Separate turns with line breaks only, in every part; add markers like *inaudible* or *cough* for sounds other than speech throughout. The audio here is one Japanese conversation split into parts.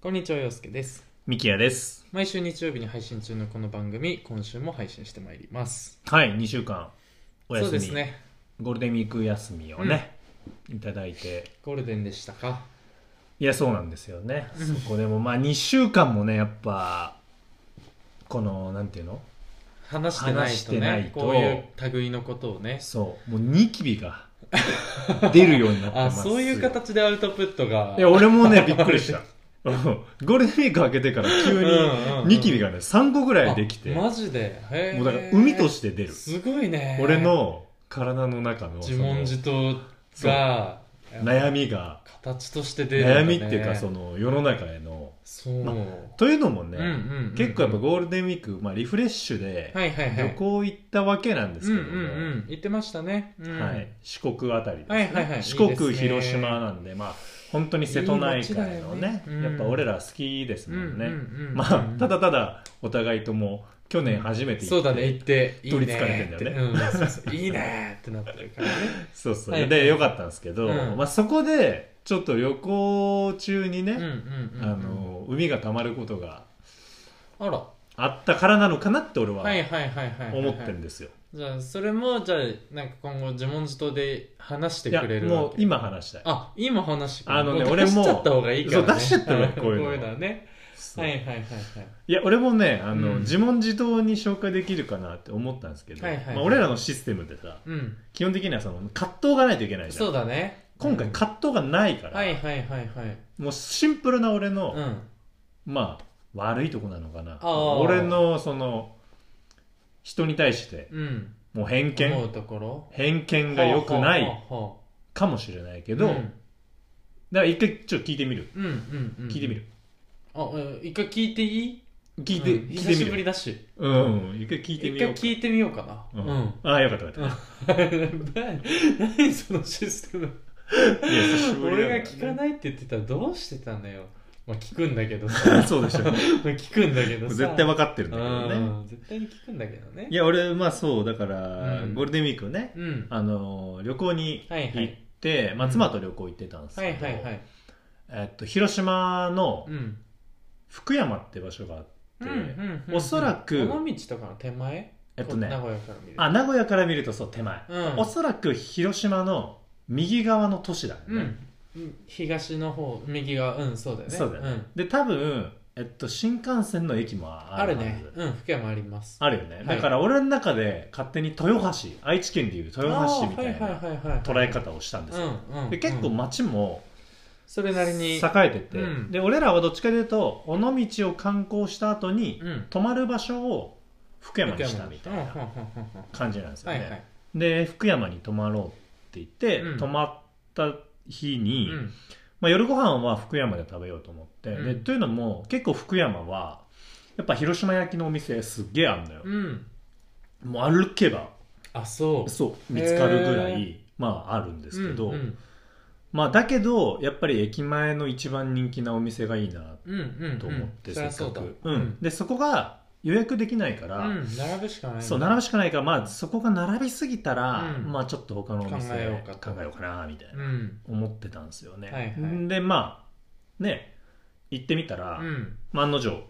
こんにちは、洋介です。
ミキヤです。
毎週日曜日に配信中のこの番組、今週も配信してまいります。
はい、2週間お休
そ
み。
うですね。
ゴールデンウィーク休みをね、いただいて。
ゴールデンでしたか
いや、そうなんですよね。そこでも、まあ2週間もね、やっぱ、この、なんていうの
話してない
話し
と
て
ね、
ないと
こういう類のことをね。
そう、もうニキビ
*laughs*
が出るようになって
あ、
ます。
そういう形でアウトプットが。
いや、俺もね、びっくりした。うんゴールデンウィーク明けてから急
うんうんうん
にニキビがね、3個ぐらいできて、
あマジで。へー
もうだから海として出る。
すごいね。
俺の体の中のそ
自
の
問自答が、
悩みが、
形として出るんだ
悩
ね、
みっていうかその世の中への
そう。
まというのもね、
うんうんうん
結構やっぱゴールデンウィーク、まあ、リフレッシュで
はいはいはい。
旅行行ったわけなんです
うん
け
うん
ども、
うん。言ってましたね。うん
はい、四国あたりですね、
はいはいはい
四
いい
国
ですね
広島なんでまあ本当に瀬戸内海
いい街
の
だよね
ね
うん
やっぱ俺ら好きです
う
も
ん
んね、
うんうん
まあただただお互いとも去年初めて行って、
そうだね行っていい
取
ね
り憑かれてんだよね
ってうんそうそういいねってなってるからね
そうそう、
はい
でよかったんですけど、
うん
まあ、そこでちょっと旅行中に *laughs* ね、
うんうんうん
あの海がたまることが
あら
あったからなのかなって俺は
はいはいはいはいはい
思ってんですよ、
じゃあそれもじゃあなんか今後自問自答で話して
い
くれ
や
る
もう
わけ
今話したい
あ今話してくれる
あのね
う
俺も
出しちゃった方がいいからね
そう出しちゃった方がいい
こ
こ
う
ういうの
いうのはね
そう
はいはいはいはい
いや俺もねあの、
うん
自問自答に紹介できるかなって思ったんですけど、
はいはいはい
まあ、俺らのシステムってさ
うん
基本的にはその葛藤がないといけないじゃ
そうんだね
今回葛藤がないか
うん
ら、
はいはいはいはい
もうシンプルな俺の、
うん
まあ悪いとこなのかな
あー
俺のその人に対して
うん
もう偏
思う
見
ところ
偏見が良くない
ほ
かもしれないけ
う
ど、
ほうほう
だから一回ちょっと聞いてみる
うんうんうんうん
聞いてみる、
あえ一回聞いていい
聞いて、
うん
聞い
久
て
しぶ
み
り
る
だし
うん一回聞いてみようか
一回聞いてみようかな
うんああよかったよかっ
*laughs* 何そのシステム
た、いや久しぶりだ
俺
から
が
ね
聞かないって言ってたらどうしてたんだよまあ聞くんだけど
*laughs*
さ
そうでしょ
聞くんだけどさ
絶対分かってるんだけどね
うん絶対に聞くんだけどね
いや俺まあそうだから、
うん
ゴールデンウィークね
うん
あの旅行に
はいはい
行って、まあ、妻と旅行行ってたんです
は
け
い
ど、
はいはい
えっと、広島の
うん
福山って場所があって、
うんうんうん
おそらく
尾道とかの手前
えっと
名
ね
古屋から見る
あ名古屋から見るとそう手前、
うん
おそらく広島の右側の都市だよね、
うん東の方右側うんそうだよね
そうだよね、
ん
で多分、えっと、新幹線の駅も
あ
ある
るね
はず
うん福山あります
あるよね、
はい
だから俺の中で勝手に豊橋愛知県でいう豊橋みたい
あー
な
はいはいはいはい
捉え方をしたんですよ、
うんうん
で結構
うん
街も
それなりに
栄えてて、
うん
で俺らはどっちかというと尾道を観光した後に
うん
泊まる場所を福山にしたみたい
うんうん
な
うんうん
感じなんですよ
は
ね、
いはい
で福山に泊まろうって言って、
うん
泊まった日
う
に、
ん
まあ、夜ご飯は福山で食べようと思って、
うん
でというのも結構福山はやっぱ広島焼きのお店すっげえあんのよ、
うん
もう歩けば
あそう
そう見つかるぐら
へ
いまああるんですけ
う
ど、
んうん
まあだけどやっぱり駅前の一番人気なお店がいいな
うんうん
と思って、
うんそ
せ
り
っ
ゃそ
か
うだ
く、
う
うんん、でそこが予約できないから、
うん並ぶしかない
そう並ぶしかないからまあそこが並びすぎたら、
うん
まあちょっと他のお店
考えようかと
考えようかなみたいな、
うん
思ってたんですよね、
はいはい
でまあね行ってみたら、
うん
まあ案の定、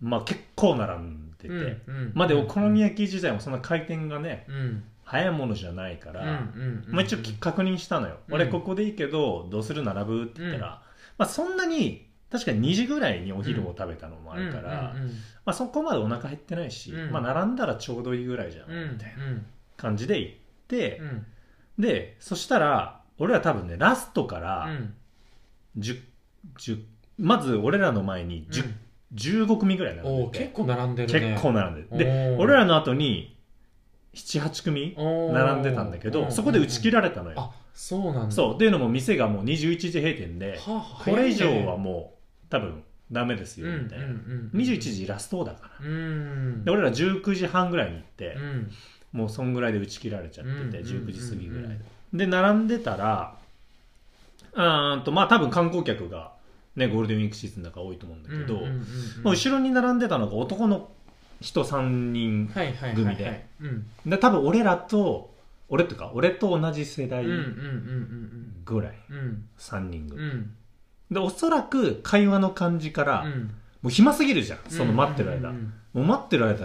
まあ、結構並んでて、
うんうん
まあでお好み焼き自体もそんな回転がね
うん
早いものじゃないか
う
ら、
んうんうん
まあ、一応き確認したのよ、
うん
俺ここでいいけどどうする並ぶって言ったら、
うん
まあ、そんなに確かに2時ぐらいにお昼を食べたのもあるか
う
ら、
ん
ま
うん
あ、そこまでお腹減ってないし、
うん
まあ、並んだらちょうどいいぐらいじゃん、
うん
みたいな
うん
感じで行って
う、ん
でそしたら俺ら多分ねラストか
う
ら
ん
10、10まず俺らの前に10、15組ぐらい並
お
ん
お
でて
結構並んでるね
結構並んでてで
で
俺らの後に78組並んでたんだけどそこで打ち切
ら
られたのよ、
あそうなんだ
そうっていうのも店がもう21時閉店で
はあ
これ以上は
早いね
もう多分ダメですよみたいな、
うんうんうん
21時ラストオーダーかな、
うん
で俺ら19時半ぐらいに行って
う、ん
もうそんぐらいで打ち切られちゃってて、
うんうんうんうん
19時過ぎぐらいでで並んでたらうーんとまあ多分観光客がねゴールデンウィークシーズンだから多いと思うんだけど、
うんうんうんうん
まあ、後ろに並んでたのが男の人3人
はいはいはいはい
組で
うん
で多分俺らと俺とか俺と同じ世
う
代
んうんうん
ぐらい、
うんうん
3人
う
組、
んうん
で、おそらく会話の感じから、
うん
もう暇すぎるじゃん、その待ってる間。
うんうんうん
もう待ってる間、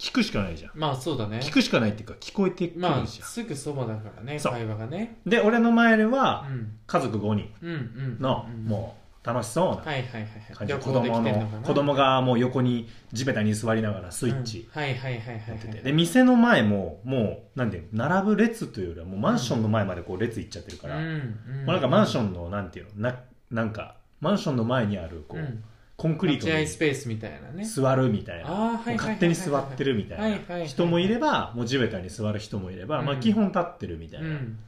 聞くしかないじゃん。
まあそうだね
聞くしかないっていうか、聞こえてくるじゃん。
まあすぐそばだからね
そう
会話がね
で、俺の前で
う
は、
ん
家族5人
うんうん
の、
うん
もう、楽しそうな
はいはいはいはい旅
感じで、子
行で
供
来てん
の
のか、な
子供がもう横に地べたに座りながらスイッチ
うんはいはいはいは
や
い
って
は
て。
い
で、店の前も、もう、なんていうの、並ぶ列というよりは、もうマンションの前までこう列行っちゃってるから、
う
も
んうん
うなんかマンションの、なんていうの、な、なんか、マンションの前にある、こう、
うん
コンクリート
待合
に
スペースみたいなね
座るみたい
あ
な、
ーはいはいはいはい
勝手に座ってるみた
はい
い
はいはいは
ない人もいればもう地べたに座る人もいれば、まあ、
うん
基本立ってるみたいうなん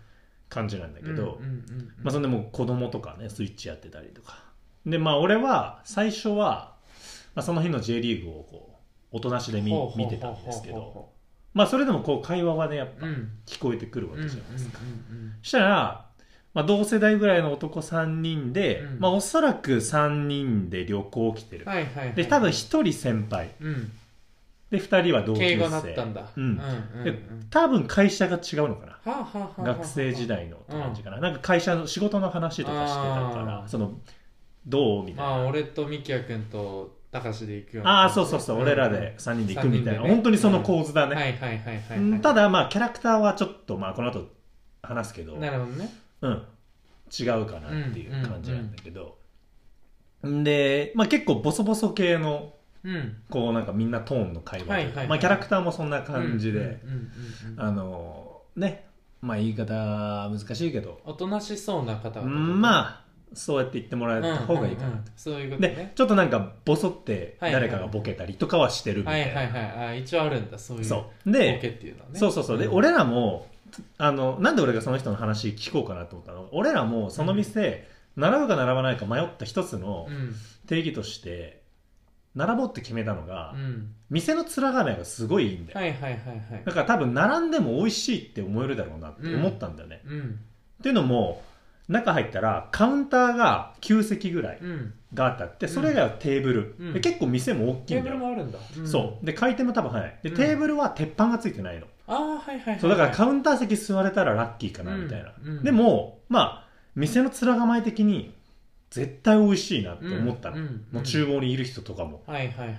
感じなんだけど、
うんうんうんうん
まあ、そんでもう子供とかねスイッチやってたりとかでまあ俺は最初は、まあ、その日の J リーグをこうおとなしで見
ほうほうほうほう
見てたんですけど、まあ、それでもこう会話はねやっぱ
うん
聞こえてくるわ
うん
け
うん
じゃないですか、
うん
そしたら、まあ、同世代ぐらいの男3人で、
うん
まあ、おそらく3人で旅行来て
う
る
ん、はいはいはい
で多分1人先輩
うん
で2人は同級生
敬語だったんだう
う
んんうんうん
で多分会社が違うのかな
はあはあはあはあ
学生時代のって感じかななんか会社の仕事の話とかしてたから
あー
そのどうみたい
ま
な
あ俺とミキヤ君と高橋で行くよな
ああーそうそうそう、
ん
俺らで3人で行くみたいな、
三人でね
本当にその構図だ
はい
ね、
はいはいはいはい
うんただまあキャラクターはちょっとまあこの後話すけど
なるほどね
うん違うかなっていう感じなんだけど、んで、まあ、結構ボソボソ系の
うん
こうなんかみんなトーンの会話というか、
はいはいはい
まあ、キャラクターもそんな感じで、
うんうんうんうん
あのねまあ言い方難しいけど
おとなしそうな方あ
まあそうやって言ってもらえた方がいいかな、
そういうこと
で
ね
ちょっとなんかボソって
はいはい
誰かがボケたりとかはしてるみた
はい
いな、
はいはいあ一応あるんだそういうボ
そう
ケっ
で、
ていうのはね
そうそうそうで
ん
俺らもあのなんで俺がその人の話聞こうかなと思ったの俺らもその店、並ぶか並ばないか迷った一つの
うん
定義として並ぼうって決めたのが、
うん
店の面構えがすごいいいんだよ、
はいはいはいはい
だから多分並んでも美味しいって思えるだろうなって思ったんだよね、
うん
っていうのも中入ったらカウンターが9席ぐらい
うん
があったってそれがテーブル、
うん
で結構店も大きい
ケー
ん
ブ
だ
ル
よ、
もあるんだうん
そうで回転も多分早いでテーブルは鉄板がついてないの、
ああはいはいはい
そうだからカウンター席座れたらラッキーかなみたいな、
うんうん
でもまあ店の面構え的に絶対美味しいなって
うん
思ったの、
うん
もう厨房にいる人とかも
はいはいはいはい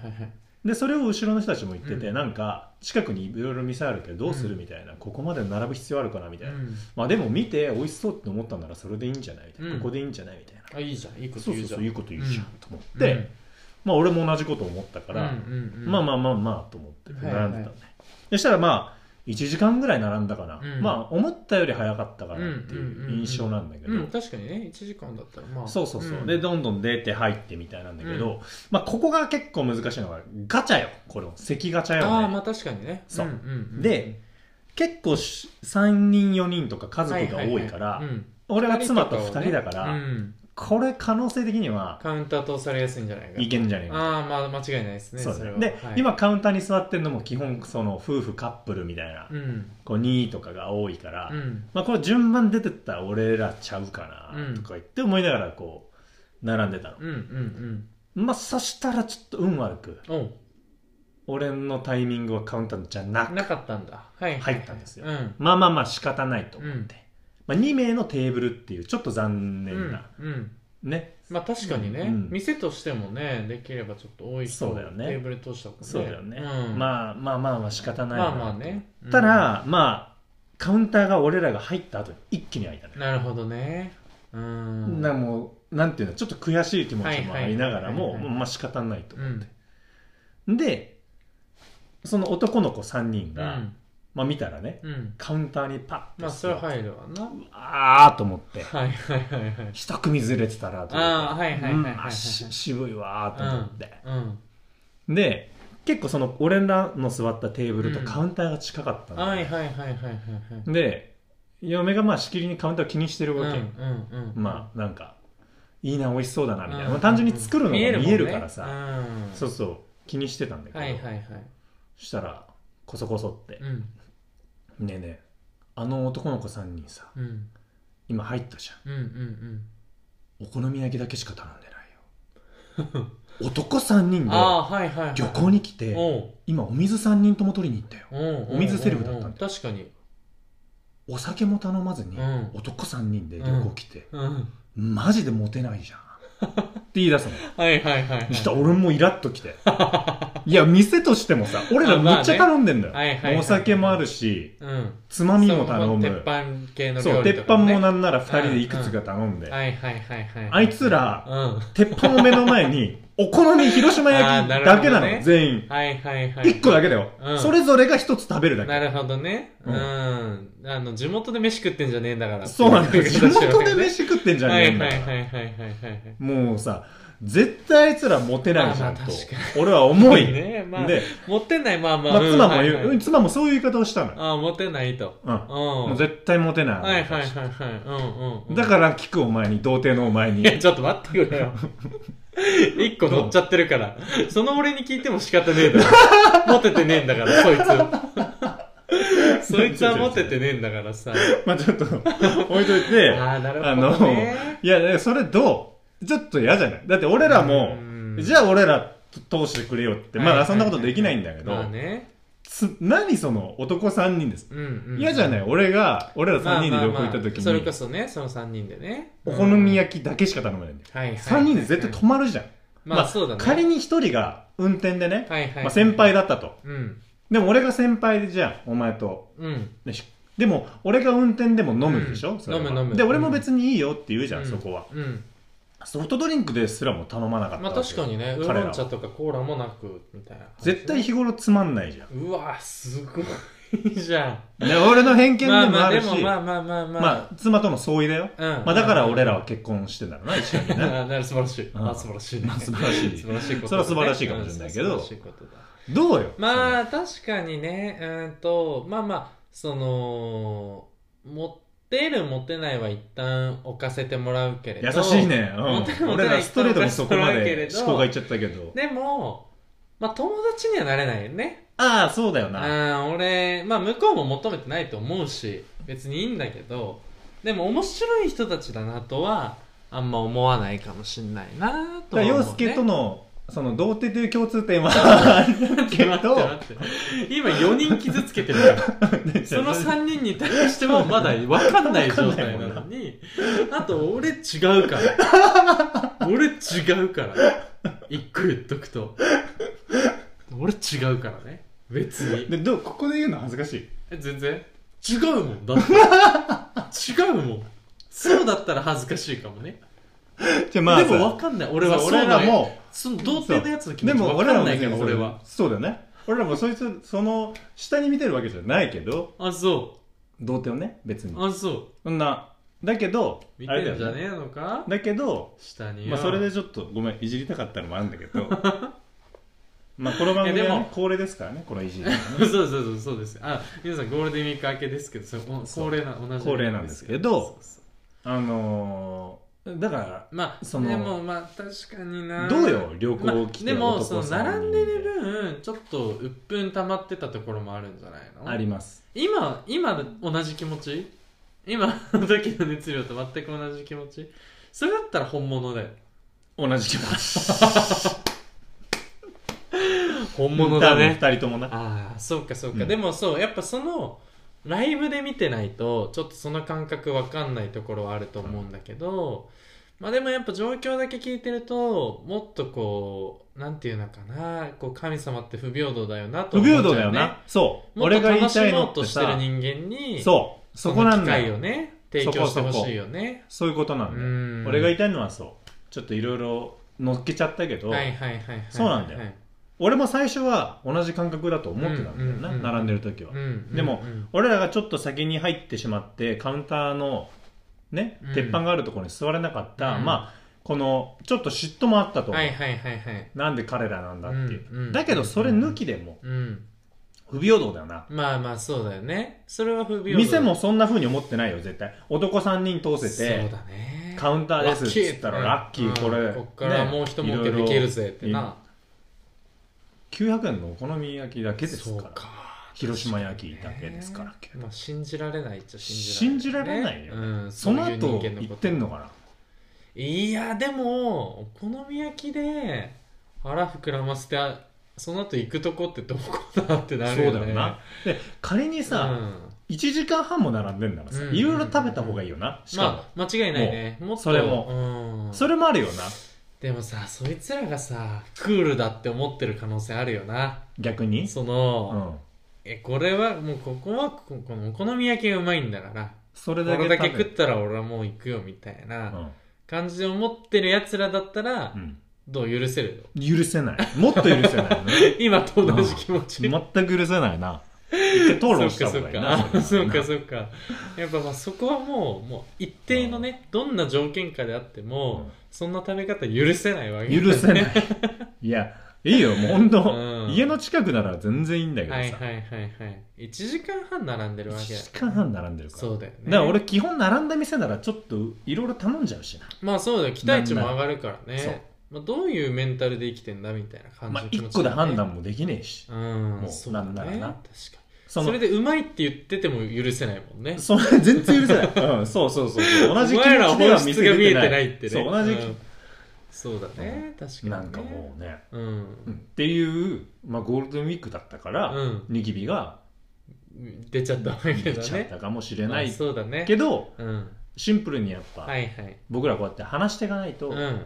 でそれを後ろの人たちも言ってて、
うん
なんか近くにいろいろ店あるけどどうす
う
る
ん
みたいな、ここまで並ぶ必要あるかなみたいな、
うん
まあでも見て美味しそうって思ったんならそれでいいんじゃないみたいな、
うん
ここでいいんじゃないみたいな
あいいじゃんいいこと
そう
言じ
そううそ
ゃ
うんいうこと言うじゃんと思って、
うん
まあ俺も同じこと思ったから、
うんうんうん
まあまあまあまあと思って
は
並
い
んでたのね、そしたらまあ1時間ぐらい並んだかな、
うん
まあ思ったより早かったかなっていう印象なんだけど、
うん確かにね1時間だったらまあ
そうそうそう、
ん
でどんどん出て入ってみたいなんだけど、まあここが結構難しいのがガチャよこれ席ガチャよね
ああまあ確かにね
そうん
んん
で結構し3人4人とか家族が多いから、
はははうん
俺は妻と2人だから、
うん
これ可能性的には
カウンター通されやすいんじゃないか
いけんじゃねえか
ああまあ間違いないですね
そうだ
れ
ね
は
で、
はい
今カウンターに座ってるのも基本その夫婦カップルみたいな、
うん
こう2位とかが多いから、
うん
まあこれ順番出てったら俺らちゃうか
う
なんとか言って思いながらこう並んでたの、
うんうん
まあそしたらちょっと運悪く
うんおう
俺のタイミングはカウンターじゃなく
なかったんだはい
入ったんですよ
うん
まあまあまあ仕方ないと思って、まあ、2名のテーブルっていうちょっと残念な、
うんうん
ね
まあ確かにね、
うん
店としてもねできればちょっと多い人
そうだよね
テーブル通した方が
そうだよね、
うん
まあまあまあまあ仕方ないな
まあまあね
たら、まあカウンターが俺らが入った後に一気に開いたね
うん、なるほどねうん
なもうなんていうのちょっと悔しい気持ちもありながら
はい
も
はいはいはい
もうまあ仕方ないと
う
思っ
ん
て、でその男の子3人
う
が、
ん
まあ見たらね
うん
カウンターにパッ
まあ
と
そ
座
れは
って、
入るわな
あーと思って
はいはいはいはい
一組ずれてたらと
あーはいはいはいはいはい
うんあし渋いわーと思って、
うん
で結構その俺らの座ったテーブルと
うん
カウンターが近かったの、
はいはいはいはいはいはい
で嫁がまあしきりにカウンターを気にしてる
うんう
わけ、
んうん
まあなんかいいな美味しそうだなみたいな、
うん
まあ、単純に作るのが見えるからさ、、
もんねうん
そうそう気にしてたんだけど、
はいはいはい
そしたらこそこそって
うん
「ねえねえあの男の子3人さ
うん
今入ったじゃ
うんうん
んお好み焼きだけしか頼んで
*laughs*
ないよ男3
う
人
ん
で
ああはいはいはい
旅行に来て
おう
今お水3人とも取りに行ったよ
おうおう
お水セルフだったんだよ
確かに
お酒も頼まずに
うん
男3人で旅行来て、
うん。
マジでモテない
*laughs*
じゃんって言い出すの
はいはいはい、はい。
そしたら俺もイラッときていや店としてもさ俺らめっちゃ頼んでんだよ、
あまあねはいはいはい
お酒もあるし
うん。
つまみも頼む
そう鉄板系の
そ
料
う、
理
鉄
と
板
か、ね。
もなんなら2人でいくつか頼んで、
はいはいはいはい。
あいつら、
うん。
鉄板の目の前に、 *laughs* お好み広島
あ
焼
ー
き
なるほどね
だけなの、全員。
はいはいはい。
1個だけだよ
うん。
それぞれが1つ食べるだ
な
け。
るほどね。う。
うんん
あの、地元で飯食ってんじゃねえんだから。
そうな
*laughs*
んです。地元で
食っ
飯食っ
て
てんじゃ
んじゃね
ね
え
え
ん
ん
だ
だ
か。
から
はい
ら。
はいはいはいはいはい。
もうさ、絶対あいつらモテないじゃん
ま
と
あまあ確かに。
俺は思い。で、
*laughs* ねまあ、持ってない、まあまあ。
まあ妻も
んは
言、
いうは
う
い
ん妻もそういう言い方をしたのよ。
ああ、持ってないと。
うん。
うん。
もう絶対モテない。
はいはいはいはい。うんうんうん。
だから聞くお前に、童貞のお前
い
に。
や、ちょっと待ってく *laughs* れよ。一個乗っちゃってるから。その俺に聞いても仕方ねえだろ。モテてねえんだから、そいつ。そいつはモテてねえんだからさ。
*laughs* まあちょっと、置いといて。
*laughs* ああ、なるほどね。
いや、ねそれどうちょっと嫌じゃないだって俺らも
うん、
じゃあ俺らと通してくれよって、ま
は
あ
い
そんなことできないんだけ
まあ
ど、
ね。
つ何その男3人です。
うんうん。
嫌じゃない俺が、俺ら3人で旅行行った時
それこ
に、
そね、その3人でね。
お好み焼きだけしか頼めないんだよ。
き。はいはい。
3人で絶対泊まるじゃん。
まあそうだね。
仮に1人が運転でね、
はいはい。
まあ先輩だったと。
うん。
でも俺が先輩でじゃあ、お前と。
うん。
でしでも、俺が運転でも飲むでし
う
ょ
ん
それは
飲む飲む
で、俺も別にいいよって言うじゃ
うん
ん、そこは。
うん。
ソフトドリンクですらも頼まなかった
まあ
わけよ
確かにね、ウー
彼
ロ
ら
ン
は
茶とかコーラもなく、みたいな。
絶対日頃つまんないじゃん
うわすごいじゃん。
で俺の偏見でも
まあま
あ
あ、で
るし
もま
ま
あまあまあまあ。
あ妻との相違だよ
うん
まあだから俺らは結婚してんだろうな一緒に
*laughs* あ
ね
ーなる素晴らしい。
うん
あー素晴らしいね。
まあ素晴らしい
*laughs* 素晴らしいことだね。
それは素晴らしいかもしれないけど
うん素晴らしいことだ
どうよ
まあ確かにね、うーんと、まあまあ、その、持ってる持てないは一旦置かせてもらうけれ
優
ど。
しい。ね、
モテモテ
う、
なん
俺らストレートにそこまで
人
思
は
考がいっちゃったけど
でも、まあ友達にはなれないよね。
ああそうだよ
う、
なん
俺、まあ向こうも求めてないと思うし、別にいいんだけど、でも面白い人たちだなとは、あんま思わないかもしんないなと
だから
は思う、ね。
洋介とのその童貞という共通点は *laughs* ある
待
け
って
ど
待って今4人傷つけてる
*laughs*
からその3人に対してもまだ分かんない状態なのにあと俺違うから俺違うから一個言っとくと俺違うからね別に
でどうここで言うの恥ずかしい
え全然違うもんだって違うもんそうだったら恥ずかしいかもね、
じゃあま
で
あ
も分
さ
かんない俺は
そう
そう
俺ら
なんや
も
その童貞のやつの気持
で
ち
も
分
俺
からん
も
ないから
別に
俺は
そうだよね俺らもそいつその下に見てるわけじゃないけど
あそ
童貞をね別に
うあそう
そんなだけど
見
あ
て
れだ
んじ
よ
ゃ
ね
ねえのか、
だけど、
下によ
まあ、それでちょっとごめんいじりたかったのもあるんだけ
*laughs*
どまあこの番組
いや
は、
でも、
ね恒例ですからねこのいじりはね
そうそうそうそうですあ皆さんゴールデンウィーク明けですけどそれお恒例な同じ
恒例なんですけど
そうそう
あのー、だから
まあ
その
でもまあ確かにな
どうよ旅行来て
まあでもそ
男
の
さん
並んでる分ちょっと鬱憤溜まってたところもあるんじゃないの
あります
今今同じ気持ち今の時の熱量と全く同じ気持ちそれだったら本物だよ
同じ気持ち
本物だね
2人ともな
ああそうかそうか、
うん
でもそうやっぱそのライブで見てないとちょっとその感覚わかんないところはあると思うんだけど、まあでもやっぱ状況だけ聞いてるともっとこうなんていうのかなこう神様って不平等だよなと
不
思っちゃう、ね、
平等だよなそう
もっと
俺が言
楽
い
した
い
も
のっ
うと
て
してる
さ
人間にう
そうそこなんだ
機会を
よ
ね提供してほしいよね
そういうことなんだよ
うん
俺が言いたいのはそうちょっといろいろ乗っけちゃったけど、
はいはいはいはい
そうなんだよ俺も最初は同じ感覚だと思ってたんだよね、
うんうんうん
並んでる時は、
うんうん
でも
うん
俺らがちょっと先に入ってしまってカウンターのね
うん
鉄板があるところに座れなかった、
うん
まあこのちょっと嫉妬もあったと思う、
はいはいはいはい
なんで彼らなんだっていう、
うんうん
だけどそれ抜きでも
うん
不平等だよな
まあまあそうだよねそれは不平等
店もそんな風に思ってないよ絶対男3人通せ
そう
て
だね
カウンターです
ラッ
っ
キー
つったらラッキー
うん
これ、
こっからもう一儲けできるぜって
いろい
な、
ろ900円のお好み焼きだけです
そう
から
か
広島焼きだけですから
ねまあ、信じられないっちゃ信
信
じ
じ
ら
ら
れ
れ
な、
ないいよ
うん、
その
ういう人
後
間
行
こ
っ
と
てんのかない
やでもお好み焼きで腹膨らませてあその後行くとこってどこだってなるよね
そうだよなで仮にさ、
うん
1時間半も並んでんならさ、
うん
いろいろ食べた方がいいよなしかも、
まあ間違いないねもっと
それも
うん、
それもあるよな
でもさそいつらがさクールだって思ってる可能性あるよな
逆に
そうの、
ん
えこれはもうここはここのお好み焼きがうまいんだから
それ
こ
だけ
れだけ食
べ
ったら俺はもう行くよみたいうなん感じで思ってるやつらだったら、どう許せるよ
うん、許せないもっと許せないよ
*laughs*
ね
今と同じ気持ち、
全く許せないな一回討論した
そ
方
う
が
か
いい
*laughs*
な
そ
れ
う
な
かそうかやっぱまあそこはもうもう一定のね、どんな条件下であっても、
うん
そんな食べ方許せないわけ
許せないいやいいよもうほんと、
うん
家の近くなら全然いいんだけどさ、
はいはいはいはい1時間半並んでるわけだ
1時間半並んでるから
そうだよね
だから俺基本並んだ店ならちょっといろいろ頼んじゃうしな、
まあそうだよ期待値も上がるから
なんならそう
ねまあ、どういうメンタルで生きてんだみたいな感じ
まあ
の気持
1
ち
個
だよ
で
ね、
判断もできねえし
うん
もう
そうだね
なんならな
確かに
そ
そ
の
れでうまいって言ってても許せないもんね
それ全然許せない、
*laughs*
うん、そうそうそう同じ気
お
持ちで
前ら
は
本
見
質
せ
が見え
てな
て
い
ないってね
そう同じ気、
うんそうだね確かにね
なんかもうね、
う
うん
ん
っていう、まあ、ゴールデンウィークだったから、
うん
ニキビが
出ちゃったわけ
出
だ
ちゃっ
ね
たかもしれない
まあそうだね
けど
うん
シンプルにやっぱ、
はいはい
僕らこうやって話していかないと、
うん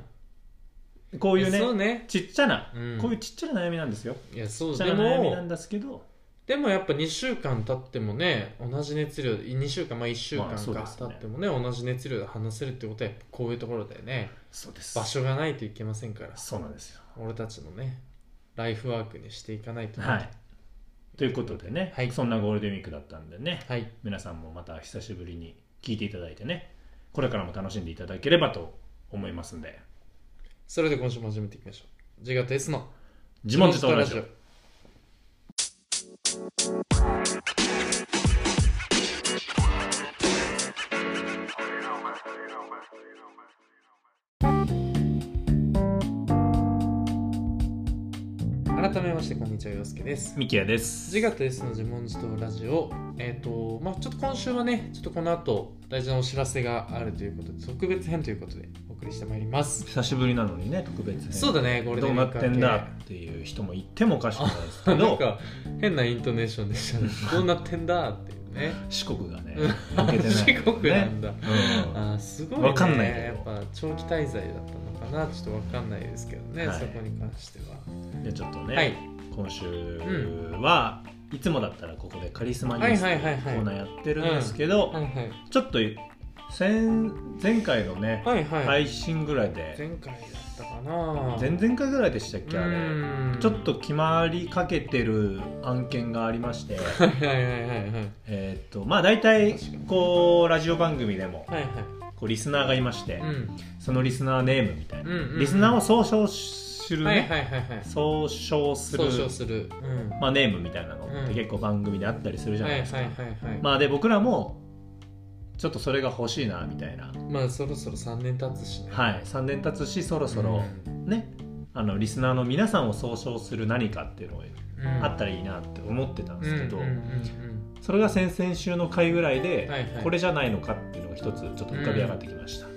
こういう
そう
ね
ね
ちっちゃな、
うん
こういうちっちゃな悩みなんですよ
いやそ
ち
う
っち
で
ゃな悩みなん
も
ですけど
でもやっぱ2週間経ってもね同じ熱量で2週間まあ1週間
まあそうで
か
す
経
ね
ってもね同じ熱量で話せるってことはやっぱこういうところだよね
そうです
場所がないといけませんから
そうなんですよ
俺たちのねライフワークにしていかないとね
はいということでね、
はい
そんなゴールデンウィークだったんでね
はい
皆さんもまた久しぶりに聞いていただいてねこれからも楽しんでいただければと思いますんで
それで今週も始めていきましょう自我と S の
自問自答ラジオ
改めましてこんにちは陽介です
ミキヤです
自我と S の自問自答ラジオえっ、とまあちょっと今週はねちょっとこの後大事なお知らせがあるということで特別編ということでお送りしてまいります
久しぶりなのにね特別編
そうだねゴールデ
どう
ンウ
な
ィー
っ
ク明
て
け
んだっていう人もいてもおかしくないですけ
なん
ど
か変なイントネーションでした
*laughs*
ねどうなってんだっていうね
四国がね
うん
抜けてない、ね、
四国なんだ
うん
あーすごいね
わかんないけど
やっぱ長期滞在だったのかなちょっとわかんないですけどね、
はい
そこに関しては、
でちょっとね、
はい
今週は、いつもだったらここでカリスマニュース
はいはいはい
コ
はい
ーナーやってるんですけど、
はいはい
ちょっと先前回のね、
はいはい、
配信ぐらいで
前回だったかな
前々回ぐらいでしたっけあれ
うん
ちょっと決まりかけてる案件がありまし
*laughs*
て
はいはいはいはいはい
えーっとまあ大体
確かに
こうラジオ番組でも
はい
こうリスナーがいまして、
はい
そのリスナーネームみたいな、
うんうんうん
リスナーを総称す
う
る
ん
ね、
はいはいはいはい
総称する
総称するうん
まあ、ネームみたいなのって結構番組であったりするじゃ
は
ない
い
で
はい
すか、
はいはいま
まあで僕らもちょっとそれが欲しいなみたいな
あそろそろ3年経つしねい
はい3年経つしそろそろね、あのリスナーの皆さんを総称する何かっていうのをあった
り
らいいなって思ってたんですけど、
うんうんうん
それが先々週の回ぐらいで、
はいはい
これじゃないのかっていうのが一つちょっと浮かび上がってきました、
うん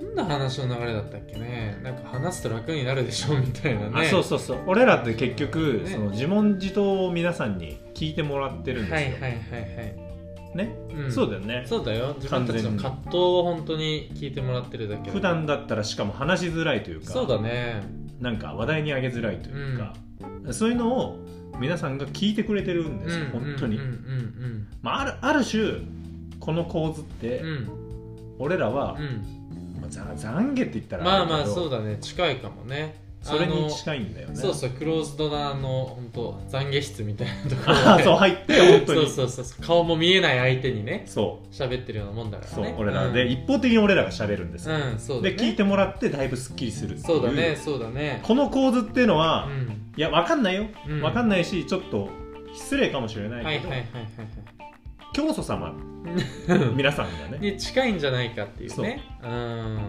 どんな話の流れだったっけねなんか話すと楽になるでしょみたいなね
あそうそうそう俺らって結局、
ね
その自問自答を皆さんに聞いてもらってるん
は
で
い
すよ、
はいはいはい、
ね、
うん
そうだよね
そうだよ自分たちの葛藤を本当に聞いてもらってるだけで
普段だったらしかも話しづらいというか
そうだね
なんか話題に上げづらいというか、そういうのを皆さんが聞いてくれてるんですよ、本当に、
うんうん
まあ、あるある種この構図って、
うんうん
俺らは
うんう、ん
まあ、ざ懺悔って言ったら
まあ
れだ
まあ
けど
そうだね近いかもね
それに
い
近いんだよね
そうそうクローズドなあの本当懺悔室みたいなところで
*laughs* あ *laughs* あそう入って本当に
そうそうそうそう顔も見えない相手にね
そう
喋ってるようなもんだから
そう
ね
俺らで、一方的に俺らが喋るんです
う
よ、
ん、うん、そうだね
で聞いてもらってだいぶすっきりするっていう
そうだねそうだね
この構図っていうのは、
うん
いやわかんないよ、
うん
わかんないしちょっと失礼かもしれな
はいいはい
けど、
はいはい
教
*laughs*
祖様
はい
皆さんがね
に近いんじゃないかっていうねうん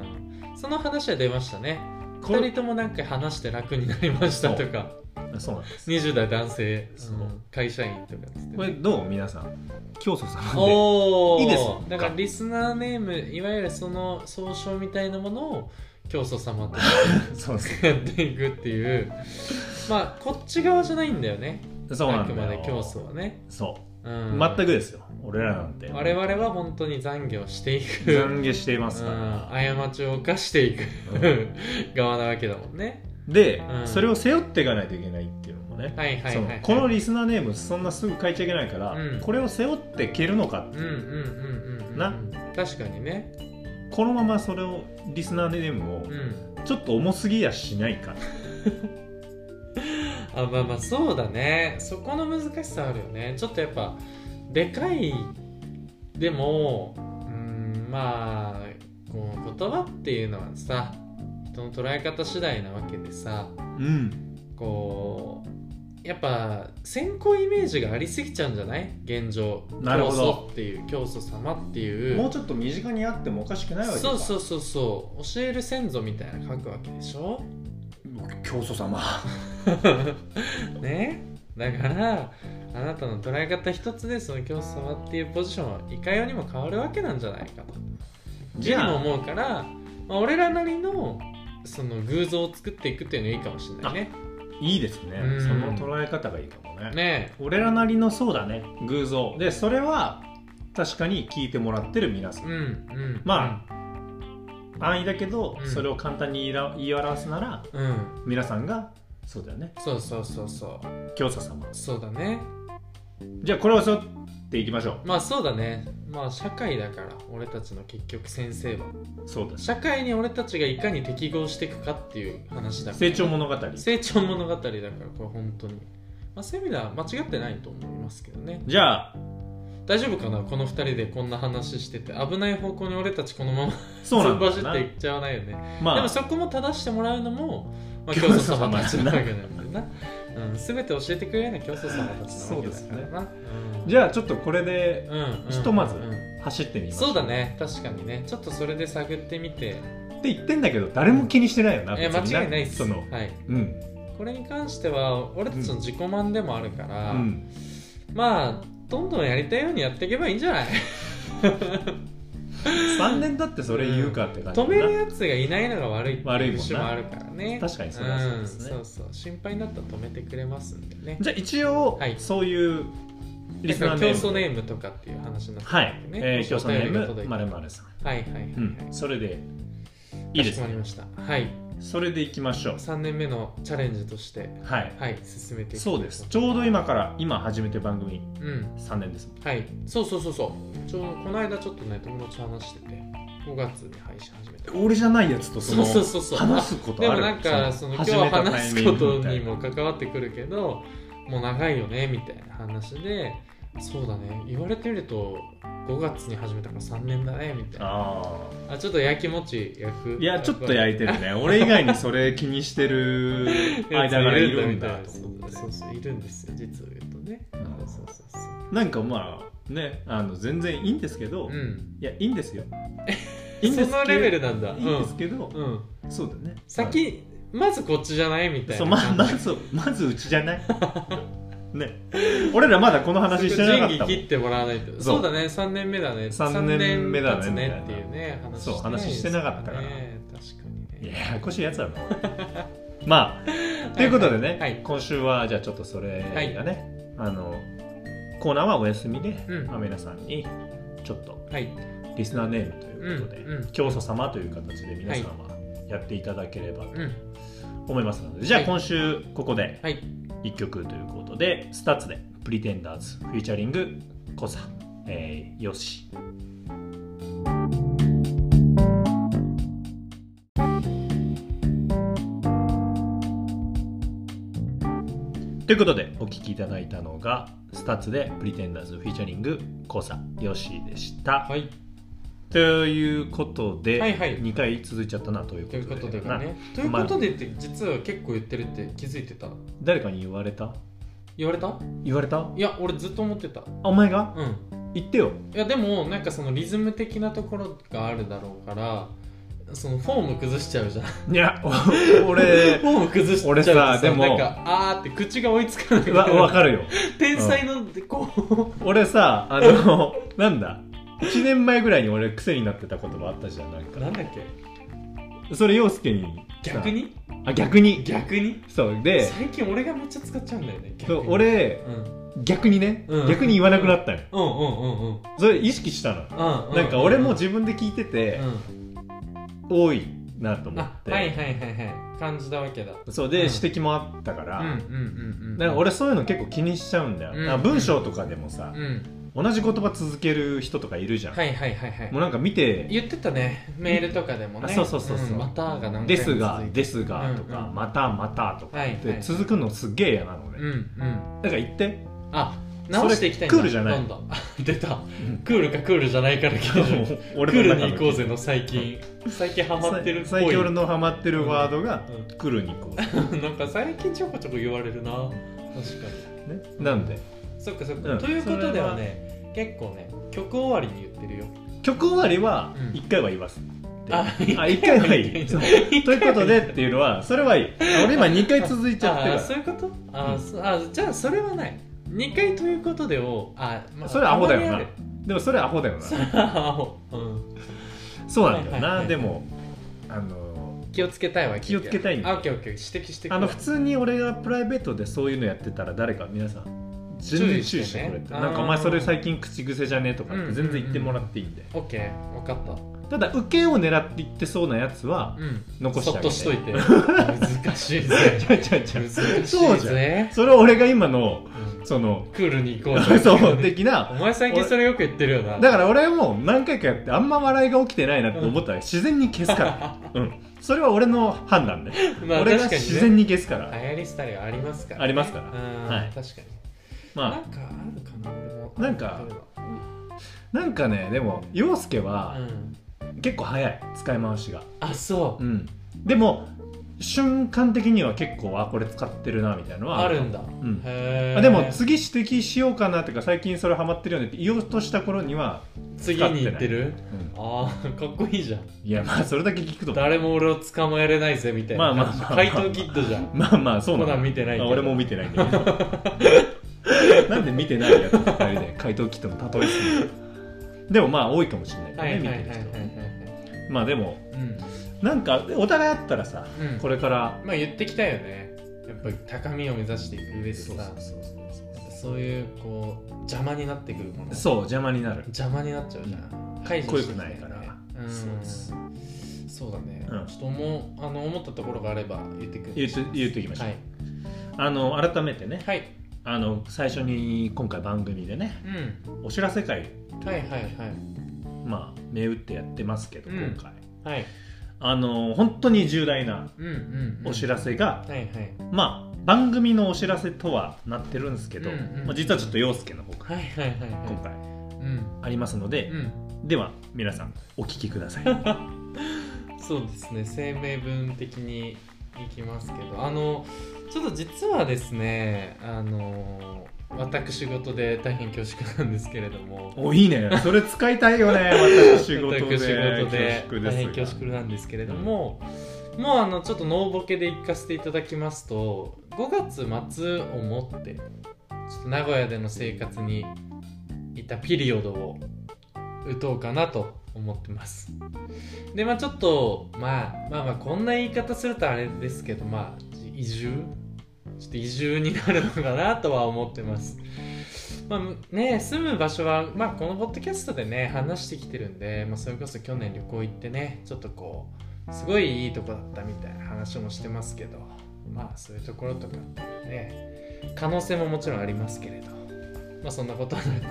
その話は出ましたね
こ
2
れ
人ともなんか話して楽になりましたとか
そうなんです
20代男性、
そう
うん会社員とかっつって
これどう皆さん教祖様で
おお
いいですか
だからリスナーネームいわゆるその総称みたいなものを教祖様と
*laughs* そうそ
やっていくっていうまあこっち側じゃないんだよね
うそう
あ
なん
く
だ
ま
よ
で教祖はね
そう
うん
全くですよ、俺らなんて
我々は本当に懺悔をしていく
懺悔しています
う
か
ん過ちを犯していく
ら、
*laughs* 側なわけだもんね
で、
うん
それを背負っていかないといけないっていうのもね、
はいはいはいはい
そのこのリスナーネームそんなすぐ変えちゃいけないから、
うん
これを背負っていけるのかっ
う
て
んうん
いう、
うんうんうん
な
確かにね
このままそれをリスナーネームを
うん
ちょっと重すぎやしないか、
あまあまあそうだねそこの難しさあるよねちょっとやっぱでかいでもうんまあこう言葉っていうのはさ人の捉え方次第なわけでさ
うん
こうやっぱ先行イメージがありすぎちゃうんじゃない現状
なるほど
教祖っていう教祖様っていう
もうちょっと身近にあってもおかしくないわけか
そうそうそうそう教える先祖みたいな書くわけでし
*laughs*
ょ
教祖様
ねだからあなたの捉え方一つでその教祖様っていうポジションはいかようにも変わるわけなんじゃないかと
*laughs* じ
自
ゃ
分
あ
も思うから、まあ、俺らなりのその偶像を作っていくっていうのいいかもしれないね
いいですね、
うん
その捉え方がいいかもね
ね
俺らなりのそうだね偶像でそれは確かに聞いてもらってる皆さ、
うんんうん
ま安易だけど、
うん
それを簡単に言いら言い表すなら
あうん
皆さんがそうだよね
そうそうそうそう
教祖様
そうだね
じゃあこれを背負っていきましょ
まあそうだねまあ社会だから俺たちの結局先生は
うそうだし
社会に俺たちがいかに適合していくかっていう話だから
成長物語
成長物語だからこれ本当に、まあ、そういう意味では間違ってないと思いますけどね
じゃあ
大丈夫かなこの2人でこんな話してて危ない方向に俺たちこのまま
そうなんだ
突っ走っていっちゃわないよね
まあ
でもそこも正してもらうのも、まあ、
*laughs* 教
教
祖
祖
様
様たちなわけだもんな、 *laughs* うん、全て教えてくれるのは教祖様たちなわけだからな
じゃあちょっとこれで
うんうんうん
ひとまず
うん
走ってみます
そうだね確かにねちょっとそれで探ってみて
って言ってんだけど誰も気にしてないよな、
いや
別に
間違いないっす
その
はい、
うん
これに関しては俺たちの自己満でもあるから、
うん
まあどんどんやりたいようにやっていけばいいんじ
*laughs*
ゃない
3年だってそれ言うかって感じだ
止
な
めるやつがいないのが悪いって
悪い
いう
もんな
節もあるからね
確かにそれはそうですね
んそうそう心配になったら止めてくれますんでね
じゃあ一応、
はい
そういうリスナー
だか
ネ
ら
ー
競
ム
争ネームとかっていう話になって
はい、
ね
えー、競争ネ
お便りが
ー
届いて
ムまるまるさん、
はいはいはいはい、
うん、それでいいで
かしこ
す
まり
ね
ましたはい
それでいきましょう
3年目のチャレンジとして
はい
はい進めていきたい
そうですちょうど今から今始めて番組
うん
3年です
はい、そうそうそうそうちょうどこの間ちょっとね友達と話してて5月に配信始めた
俺じゃないやつとその
そうそうそうそう
話すこと
で
あ
も
る
なんかその今日
始めた
話
タイ
す
ミ
こ
ング
と
みた
に
いな
も関わってくるけどもう長いよねみたいな話でそうだね言われてみると5月に始めたから3年だねみたいな
あ
あちょっとやきもち焼く
ーいやちょっと焼
い
い
*laughs*
てるね俺以外にそれ気にしてる間がいるんだと
そ
思
う
って
そうそういるんですよ実を言うとね
ん
そうそうそ
なんかまあねあの全然いいんですけど、
ううん
いやいいんですよいいん
そ
ですけど
のレベルなんだ
いいんですけど、
うんうん
そうだね
先まずこっちじゃないみたいな
そうままずまずうちじゃないね俺らまだこの話してな
す
かった
ぐ
も
仁
ん
義切ってもらわないと
そう
そうだね3年目だね
三年目だね
三年経つねっていうね話
そう話してなかったから
ね確かに
いや
ね
ややこしいやつだなまあということでね、
はいはい
今週はじゃあちょっとそれがね、あのコーナーはお休みで、
うん
まあ皆さんにちょっと
はい
リスナーネームということで、
うんうん
教祖様という形で皆さんはやっていただければと
うん
思いますので、じゃあ
はい
今週ここで
はい
1曲ということで、スタッツで「プリテンダーズ」フューチャリングコサ、えー、よしということでお聴きいただいたのがスタッツで「プリテンダーズ」フューチャリングコサよしでした、
はい
ということで、
はいはい
2回続いちゃったなというこ
と
と
い
で
うことで
な
ねということでって実は結構言ってるって気づいてた
誰かに言われた
言われた
言われたあ
いや俺ずっと思ってた
お前が
うん
言ってよ
いやでもなんかそのリズム的なところがあるだろうからそのフォーム崩しちゃうじゃん
いや、
*laughs*
お *laughs*
フ
俺、
ォーム崩しちゃうと
俺さでも
なんかあーって口が追いつかなく
わ、
て
わかるよ。
天才のこう
俺さ、
*laughs*
あの、なんだ、1年前ぐらいに俺癖になってた言葉あったじゃん、なん
なん
か。
だっけ
それ、陽介に。
逆に
あ、逆に。
逆に
そう、で、
最近俺がめっちゃ使っちゃうんだよね
そう
逆に
俺、
うん
逆にね、
うん
逆に言わなくなったよ
うんうんうんうん
それ意識したの
うん
なんか俺も自分で聞いてて、
うん
多いなと思っ
あ
て、
はいはいはいはい感じたわけだ
そうで、
うん
指摘もあったから、
うんうんうんうん
なんか俺そういうの結構気にしちゃうんだよ、
うん
なんか文章とかでもさ
う、ん
同じ言葉続ける人とかいるじゃん、
はいはいはいはい
もうなんか見て
言ってたねメールとかでもね
あそうそうそうそうん
またが何回
「
も続いて
ですが」「ですが」とか、
うんうん
またまた」とか
はい
って
はい
続くのすっげえ嫌なのね、
うんうん
だから言って
あ直していきたいんだ
それクールじゃない
どんどんあ出たクールかクールじゃないから聞いてるク
俺
ー
の
ル
中の
に行こうぜの最近最近ハマってるっぽい
最近俺のハマってるワードが
うん
「来るに行こう
*laughs*
ぜ
なんか最近ちょこちょこ言われるな確かに」
ねなんで
そっかそっか、
うん
ということではね結構ね曲終わりに言ってるよ
曲終わりは
うん
1回は言わすって
あ
あ一回はいい
一回
そう
は
と
いい
いうことでっていうのはそれはいい俺今2回続いちゃって
あ
る
あ
か
そういうことあ、
うん
そあじゃあそれはない2回ということでをあ、まあ、
それアホだよな
たまにある
らでもそれアホだよな
それ *laughs* アホ、うん、
そうなんだよ
はいはいは
ないでもあの
気をつけたいわ
気をつけたいんだ
あオッケーオッケー指摘してくれ
あの普通に俺がプライベートでそういうのやってたら誰か皆さん全然注意してく
注
れ
意しててね
なんかお前それ最近口癖じゃねえとかって全然言ってもらっていいんで
オッケー分かった
ただ受けを狙って言ってそうなやつは
うん
残して
そ
あ
っ
げ
と
て
しといて
*laughs*
難しいぜ
ちゃうちゃうちゃう
難し
そう
い
じゃ
ぜ、
それは俺が今の
うん
その
クールに行こう
*laughs* そう的
お
な
前最近それよく言ってるよな
だから俺も何回かやってあんま笑いが起きてないなって思ったら自然に消すからうんそれは俺の判断で
*laughs* まあ
俺
確
が
かにね
自然に消すから
流行りしたりはありますから、
ありますから
うん、
はい
確かになん
ま
かあるかな俺も
なんかあなんかねでも陽介は
うん、
結構早い使い回しが
あそう、
うんでも瞬間的には結構あこれ使ってるなみたいなのは
あるんだ、
ん
へー
あでも次指摘しようかなっていうか最近それハマってるよねって言おうとした頃には、
次に行ってる
うん
ああかっこいいじゃん
いやまあそれだけ聞くと
誰も俺を捕まえれないぜみたいな
まあまあまあまあ
怪盗キッドじゃん
まあまあそう
コ
な
ナ
の
ン見てないけ
あ
ど
俺も見
*laughs*
てないんだけどなんで見てないやつ2人で回答キットの例えするのでもまあ多いかもしれない
はいはいはいはい
見
は
て
い
る人まあでも
うん
なんかお互いあったらさ
うん
これから
まあ言ってきたよねやっぱり高みを目指していく上でさ
そう
そういうこう邪魔になってくるもの
そう邪魔になる
邪魔になっちゃうじゃん解除していきたよね
濃くないから
うん
そうです
そうだね、
うん
ちょっと思うあの思ったところがあれば言ってくる
言うと言うときましょう、
はい
あの改めてね
はい
あの最初に今回番組でね
うん
お知らせ会
はいはいはい
まあ銘打ってやってますけど
うん
今回、
はい
あの本当に重大な
うんうん、うん、
お知らせが、
はいはい
まあ番組のお知らせとはなってるんですけど、
うんうん
まあ、実はちょっと陽介の方から
はいはいはいはい
今回
うん
ありますので、
うん
では皆さんお聞きください *laughs*
そうですね声明文的にいきますけどあのちょっと実はですねあの私事で大変恐縮なんですけれども
おいいねそれ使いたいよね私仕事で
私事で
恐縮
大変
で
恐
すが
縮なんですけれども、もうあのちょっとノーボケで行かせていただきますと5月末をもってちょっと名古屋での生活にいたピリオドを打とうかなと思ってますでまあちょっと、まあ、まあまあこんな言い方するとあれですけどまあ移住ちょっと移住になるのかなとは思ってますまあね、住む場所は、まあ、このポッドキャストでね話してきてるんで、まあ、それこそ去年旅行行ってねちょっとこうすごいいいとこだったみたいな話もしてますけどまあそういうところとかね可能性ももちろんありますけれど、まあ、そんなことはなく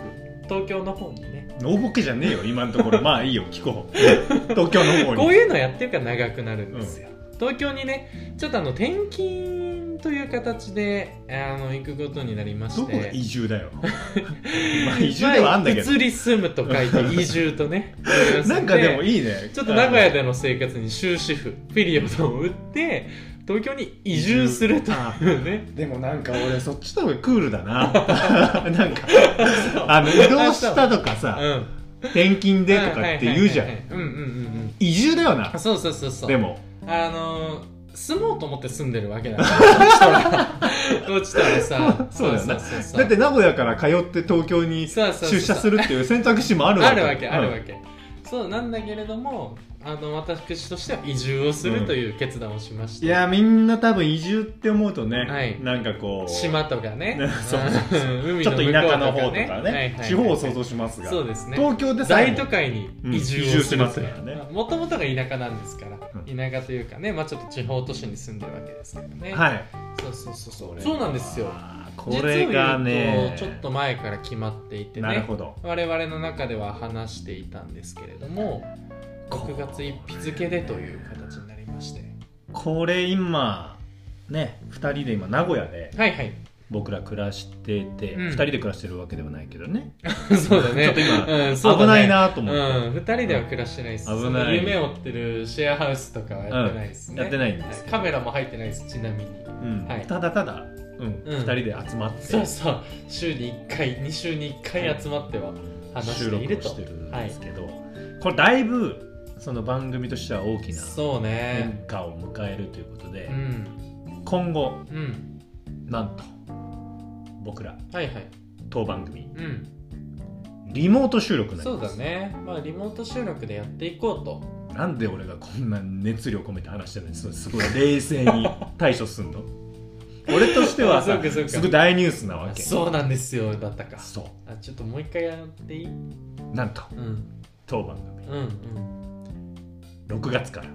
東京の方にね
ノーボケじゃねえよ今のところまあいいよ聞こう東京の方に
こういうのやってるから長くなるんですよ、東京にねちょっとあの転勤という形であの行くことになりまして
どこが移
*laughs*
住だよまあ移住ではあんだけど
まあ移り住むと
*laughs*
書いて移住とね言います
なんかでもいいね
ちょっと名古屋での生活に終止符ピリオドを打って東京に移住するというね
でもなんか俺そっちの方がクールだななんかあの移動したとか
*laughs* う
さ
ん
転勤でとかって言うじゃ
はい
ん
はいはいはいうんうんうん
移住だよ
う
なん
そうそうそうそう
でも
あのー住もうと思って住んでるわけだ
*laughs*
からこっちとらさ
そうだよな
そうそうそう
だって名古屋から通って東京に
そうそうそう
出社するっていう選択肢もある
あるわけあるわ
け
け、そうなんだけれどもあの私としては移住をするという決断をしまし
い
た、
やみんな多分移住って思うとね、
はい
なんかこう
島とかね
そうそうそう
うん海
ちょっと田舎の
向こ
方
と
かね、
はいはい
地方を想像しますが
そうですね
東京でさえ
大
も
都会に
うん
移住をするとい
移住しますからね
うもともとが田舎なんですから、
うん
田舎というかね、まあ、ちょっと地方都市に住んでるわけですからね、
はい
そうそうそうそうそうなんですよ
これがね
実を言うとちょっと前から決まっていて
なる
ね
ほど
我々の中では話していたんですけれども6月1日付でという形になりまして
これ今ね2人で今名古屋で
はいはい
僕ら暮らしてて、
うん
2人で暮らしてるわけではないけどね
*laughs* そうだね
ちょっと今
うんそうだね
危ないなと思って、
うん、2人では暮らしてないです
危ない
夢を追ってるシェアハウスとかはやってないですね、
やってないんです
カメラも入ってないですちなみに
うん
はい
ただただ、うん
うん
2人で集まって
そうそう週に1回2週に1回集まっては話し
収
て
録
いる
を
と
してるんですけど、これだいぶその番組としては大きな
そう
変
ね
化を迎えるということで、
うん
今後
うん
なんと僕ら
はいはい
当番組
うん
リモート収録になり
そう
ま
だ
す
ねまあリモート収録でやっていこうと
なんで俺がこんな熱量込めて話してるのにすすごい冷静に対処すん
*laughs*
の俺としては
あ
さ
そうかそうか
すごい大ニュースなわけ
そうなんですよだったか
そ
あちょっともう一回やっていいうん
うなんと
うん
当番組
うん
6月から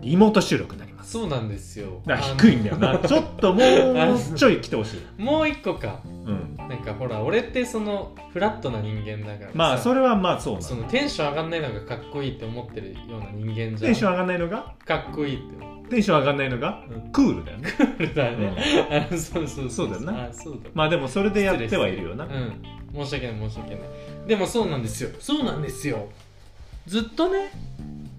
リモート収録になります
そうなんですよ
だから低いんだよなちょっともうちょい来てほしい、
あのもう一個か
うん、
なんかほら俺ってそのフラットな人間だからさ
まあそれはまあそうな
そ
の
のテンション上がんないのがかっこいいって思ってるような人間じゃん
テンション上がんないのが
かっこいいって思
テンション上がんないのが
う
クールだよね、
うんだ
うん
ね、あ *laughs* そうそう
そうだよな
あそうだ
まあでもそれでやってはいるよな、
うん申し訳ない申し訳ないでもそうなんですよそうなんですよずっとね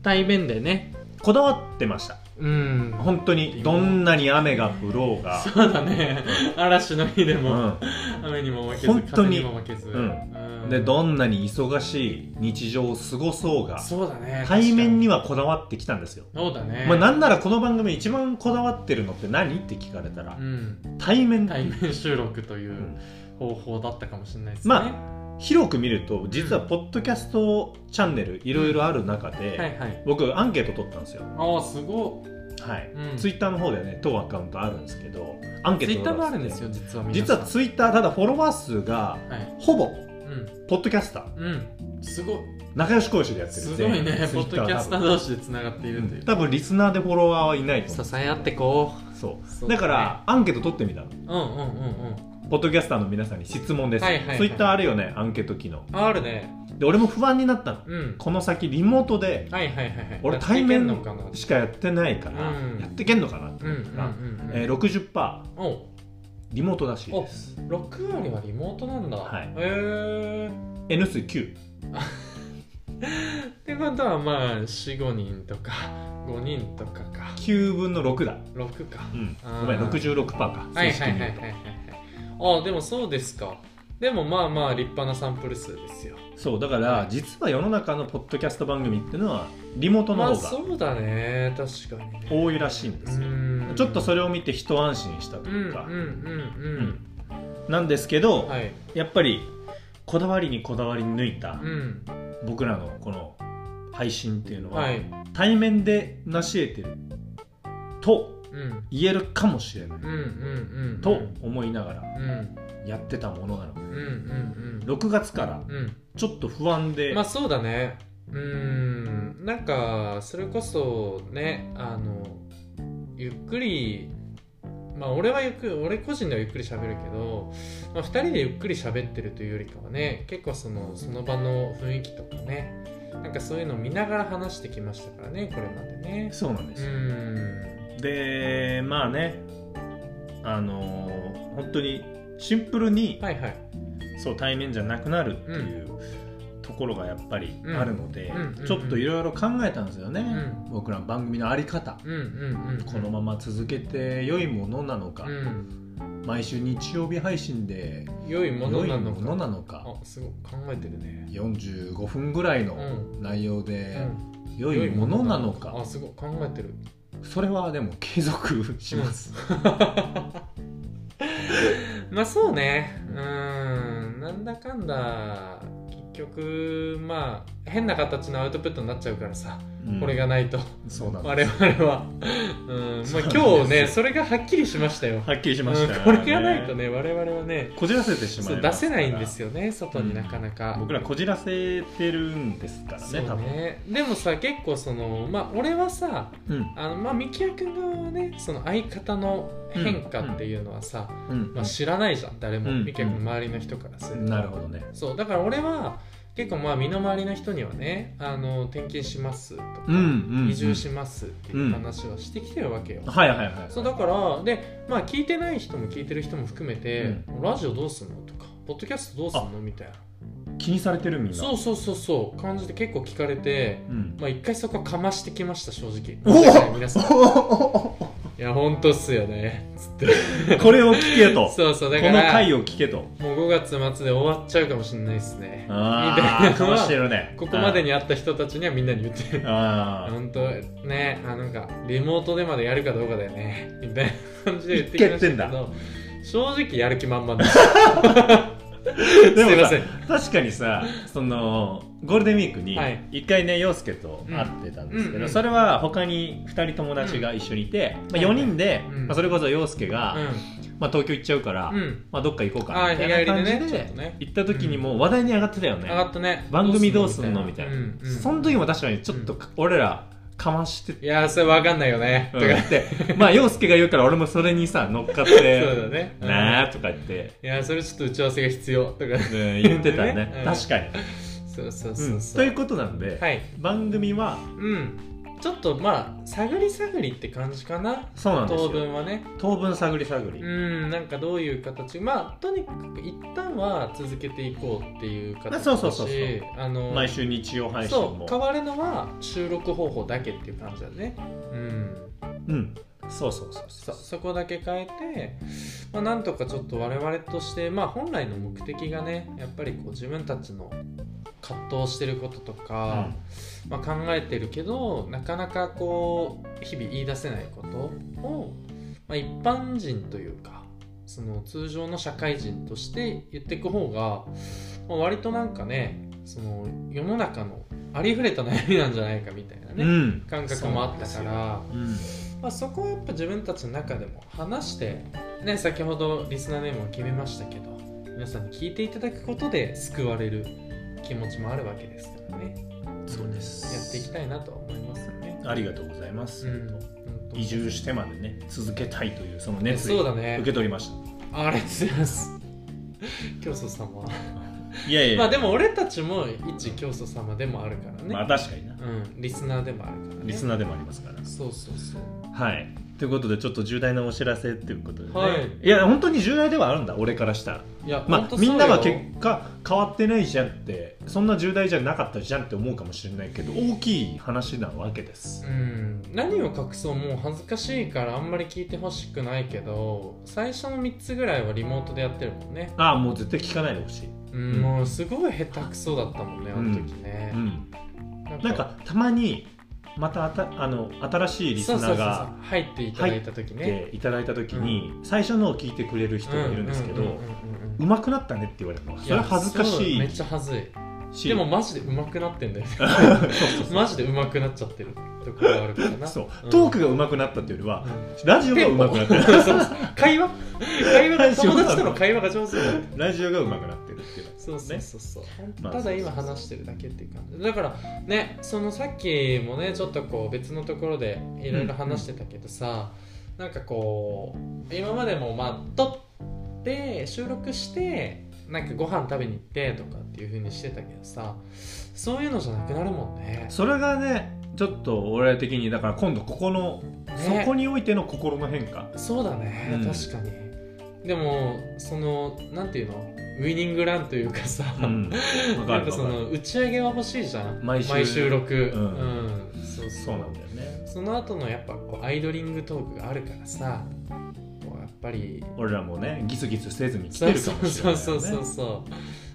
対面でね
こだわってました
うん
本当にどんなに雨が降ろうが
そうだね嵐の日で
う
も、
ん
雨にも負けず
本当に
風も負けず、
うん
う
でどんなに忙しい日常を過ごそうが
そうだね
対面に
は
はこだわってきたんですよ、
そうだね
まあ、なんならこの番組一番こだわってるのって何って聞かれたら
うん
対面
対面収録といううん方法だったかもしれないですね、
ま広く見ると実はポッドキャストチャンネルいろいろある中で、
はいはい
僕アンケート取ったんですよ
ああすご
はい、
うん
ツイッターの方でね当アカウントあるんですけどアンケ
い
ー
ツイ
ト
ッターもあるんです
よ
よ実は皆
実
さん
はツイッターただフォロワー数が
はい
ほぼ
う
ポッドキャスター
んうんすごい
仲良し講師でやってる
すごいねポ
全員
ッドキャスター同士でつながっているという
多分リスナーでフォロワーはいないと
支
思
え合ってこ
うそう
そう
だからアンケート取ってみたの
ううんうんうんうん
ポッドキャスターの皆さんに質問です、
はいはいはい
ツイッターあるよねアンケート機能
あるね
で俺も不安になったの
うん
この先リモートで
はいはいはいはい
俺
やってい
対
け
面
んのかな
しかやってないから、
うん
やってけんのかなって
うんう
思
ん
ったら、
うんうん
えー、60%
お
リモートらしいです
6割はリモートなんだ
はい
へえ
N 数9
ってことはまあ45人とか5人とかか
9分の6だ、
6か
うん、
あー
ごめん66%か
はい
正
は
式
い
に
はいは
言う
い
と
はいはいあでもそうですかでもまあまあ立派なサンプル数ですよ
そうだから実は世の中のポッドキャスト番組っていうのはリモート
ま
の
あ
方が
そうだね確かにね
多いらしいんですよ、
うん
ちょっとそ
れ
れを見て一安心したと
うん
いう
うん
か、
うん
なんですけ
う
ど、
んはい
やっぱりこだわりにこだわり抜いた
うん
僕らのこの配信っていうのは、
はい
対面で成し得てると
うん
言えるかもしれない
うんうんうん
と思いながら
うん
やってたものなので
うんうん
6月から
うんう
ちょっと不安で、
んまあそうだねうんなんかそれこそねあのゆっくりまあ俺はゆっくり俺個人ではゆっくり喋るけど、まあ、2人でゆっくり喋ってるというよりかはね結構そのその場の雰囲気とかねなんかそういうのを見ながら話してきましたからねこれまでね
そうなんですよ、
う
でまあねあのー本当にシンプルに、
んはいはい
そう対面じゃなくなるっていうところがやっぱりあるので、
うんうん
ちょっといろいろ考えたんですよね、
う
僕らの番組の在り方、
うんうんうん
このまま続けて良いものなのか、
うん
毎週日曜日配信で
良いも
良
の
い
なの
も
か
のなのか
あすごい考えてるね
45分ぐらいの
う
内容
う
で
ん
良いものなのか、
あすごい考えてる
それはでも継続します、
まあそうねうーんなんだかんだ結局まあ変な形のアウトプットになっちゃうからさ、
うん
これがないと
そうなん
我
です
々は、うんまあ、
そうな
今
ん
日
で
ね
す
それがはっきりしましたよ、
はっきりしました、
うんこれがないとね我々はね
こじらせてしまい
そう
ま
出
す
せないんです
よ
よね外になかなか、
僕らこじらせてるんですから
そ
ね多
う
分
ねでもさ結構そのまあ俺はさ
うん
あのまあみきやくん側はねその相方の変化っていうのはさ、
うん
まあ、知らないじゃん誰も
うん
みきやくんの周りの人からすると、
なるほどね
そうだから俺は結構まあ身の回りの人にはねあの転勤しますとか、
うんうんうん
移住しますっていう話はしてきてるわけよ、
はいはいはい
そうだからでまあ聞いてない人も聞いてる人も含めて、ラジオどうすんのとかポッドキャストどうすんのみたいな
気にされてるみんな
そうそうそうそう感じで結構聞かれて
うん
まあ一回そこはかましてきました正直
おお
はい皆さんい
*laughs* こ
や本当っすよねつって
れを聞けとこ
そうそうだか
の
ら
回を聞けと
もう5月末で終わっちゃうかもしれないですねみたい
あ
な
あ
の
か
は
ましてるね
ここまでに会った人たちにはみんなに言ってる
ああ
本当ねあなんかリモートでまでやるかどうかだよね *laughs* みたいな感じで言ってきましたけ
言ってん
ど正直やる気満々です
*laughs* です
いません
確かにさそのゴールデンウィークに
はい
一回ね陽介と会ってたんですけ
うんうんう
ど
ん
それは他に2人友達が一緒にいて
ん
まあ4人で
うん
まあそれこそ陽介がまあ東京行っちゃうから
うん、うん、
まあどっか行こうか
あ
な
ー
みたいな感じ
日帰りでねちょっと
で
ね
行った時にもう話題に上がってたよ
上が
ね
ったね
番組どうすんのみたいな
うんうん
その時も確かにちょっとか俺らかまして
いやーそれわかんないよね、
うん
とか
だって *laughs* まあ陽介が言うから俺もそれにさ乗っかって
*laughs* そうだねうん
なあとか言って、
いやーそれちょっと打ち合わせが必要とか *laughs*
うん言ってたね
ねうん
確かに、
そうそう
う
そ
ん
う
と
そう、
いうことなんで、
はい
番組は
うんちょっとまあ探り探りって感じかな
そうなんです
当
よ
分はね
当分探り探り、
うんなんかどういう形まあとにかく一旦は続けていこうっていう形だし
そうそうそうそう
あの
毎週日曜配信
そ
も
う変わるのは収録方法だけっていう感じだねうん
うんそうそうそうそ
そうそこだけ変えて、まあ、なんとかちょっと我々として、まあ、本来の目的がねやっぱりこう自分たちの葛藤してることとか、まあ、考えてるけどなかなかこう日々言い出せないことを、まあ、一般人というかその通常の社会人として言っていく方が、まあ、割となんかねその世の中のありふれた悩みなんじゃないかみたいな
う
ね、
ん
感覚もあった
そ
か
う
ら。
なんですよ
まあ、そこはやっぱ自分たちの中でも話して、ね、先ほどリスナーネームを決めましたけど皆さんに聞いていただくことで救われる気持ちもあるわけですからね
うんそうです
やっていきたいなとは思いますよね、
ありがとうございます、
うん、
移住してまでね続けたいというその熱
そ
意
う
受
だね
け取りました、
あありがとうございます教祖様
いやいやいや
まあでも俺たちも一教祖様でもあるからね、
まあ確かにな、
うん、リスナーでもあるからね
リスナーでもありますから
そうそうそう
はい。ということで、ちょっと重大なお知らせっていうことでね。
はい
いや、本当に重大ではあるんだ、俺からしたら。
いや、
ま
ほ
あ、
とそう
み
よ
んなは結果変わってないじゃんって、そんな重大じゃなかったじゃんって思うかもしれないけど、大きい話なわけです。
うん何を隠そうもう恥ずかしいからあんまり聞いてほしくないけど最初の3つぐらいはリモートでやってるもんね、
ああ、もう絶対聞かないでほしい。
うん
うん
もうすごい下手くそだったもんねあの時ね
う、ん。なんか、たまに、またあたあの新しいリスナ
そうそうそ
ー
う
が
そう入っていただいた時
来
ね
ていただいた時に、最初のを聞いてくれる人がいるんですけど、う
うんうんうんうん
まくなったねって言われたのそれは恥ずかし
やそうめ
い
っちゃ恥ずい
し
でもマジで上手くなってん
*laughs*
だよね *laughs* マジで上手くなっちゃってるところがあるからな
そう、
ん
トークが上手くなったっていうよりは
う、ん
ラジオが上手くなってる
*laughs* そうそう会話会話が友達との会話が上手になる
ラジオが上手くなってるっていう
そうそうそうそう、
まあ
ただ今話してるだけっていう感じだからねそのさっきもねちょっとこう別のところでいろいろ話してたけどさ、なんかこう今までもまあ撮って収録してなんかご飯食べに行ってとかっていう風にしてたけどさそういうのじゃなくなるもんね
それがねちょっと俺的にだから今度ここの、
ね
そこにおいての心の変化
そうだね、
うん
確かにでもそのなんていうのウィニングランというかさ、 *laughs*
うんわか
なんか
るわ
そ
かる
の打ち上げは欲しいじゃん
毎週
収録、
う
うんんそうそう
そうなんだよね
その後のやっぱこうアイドリングトークがあるからさこうやっぱり
俺らもねギスギスせずに来てるかもしれない、
そう
ね、
そうそうそうそ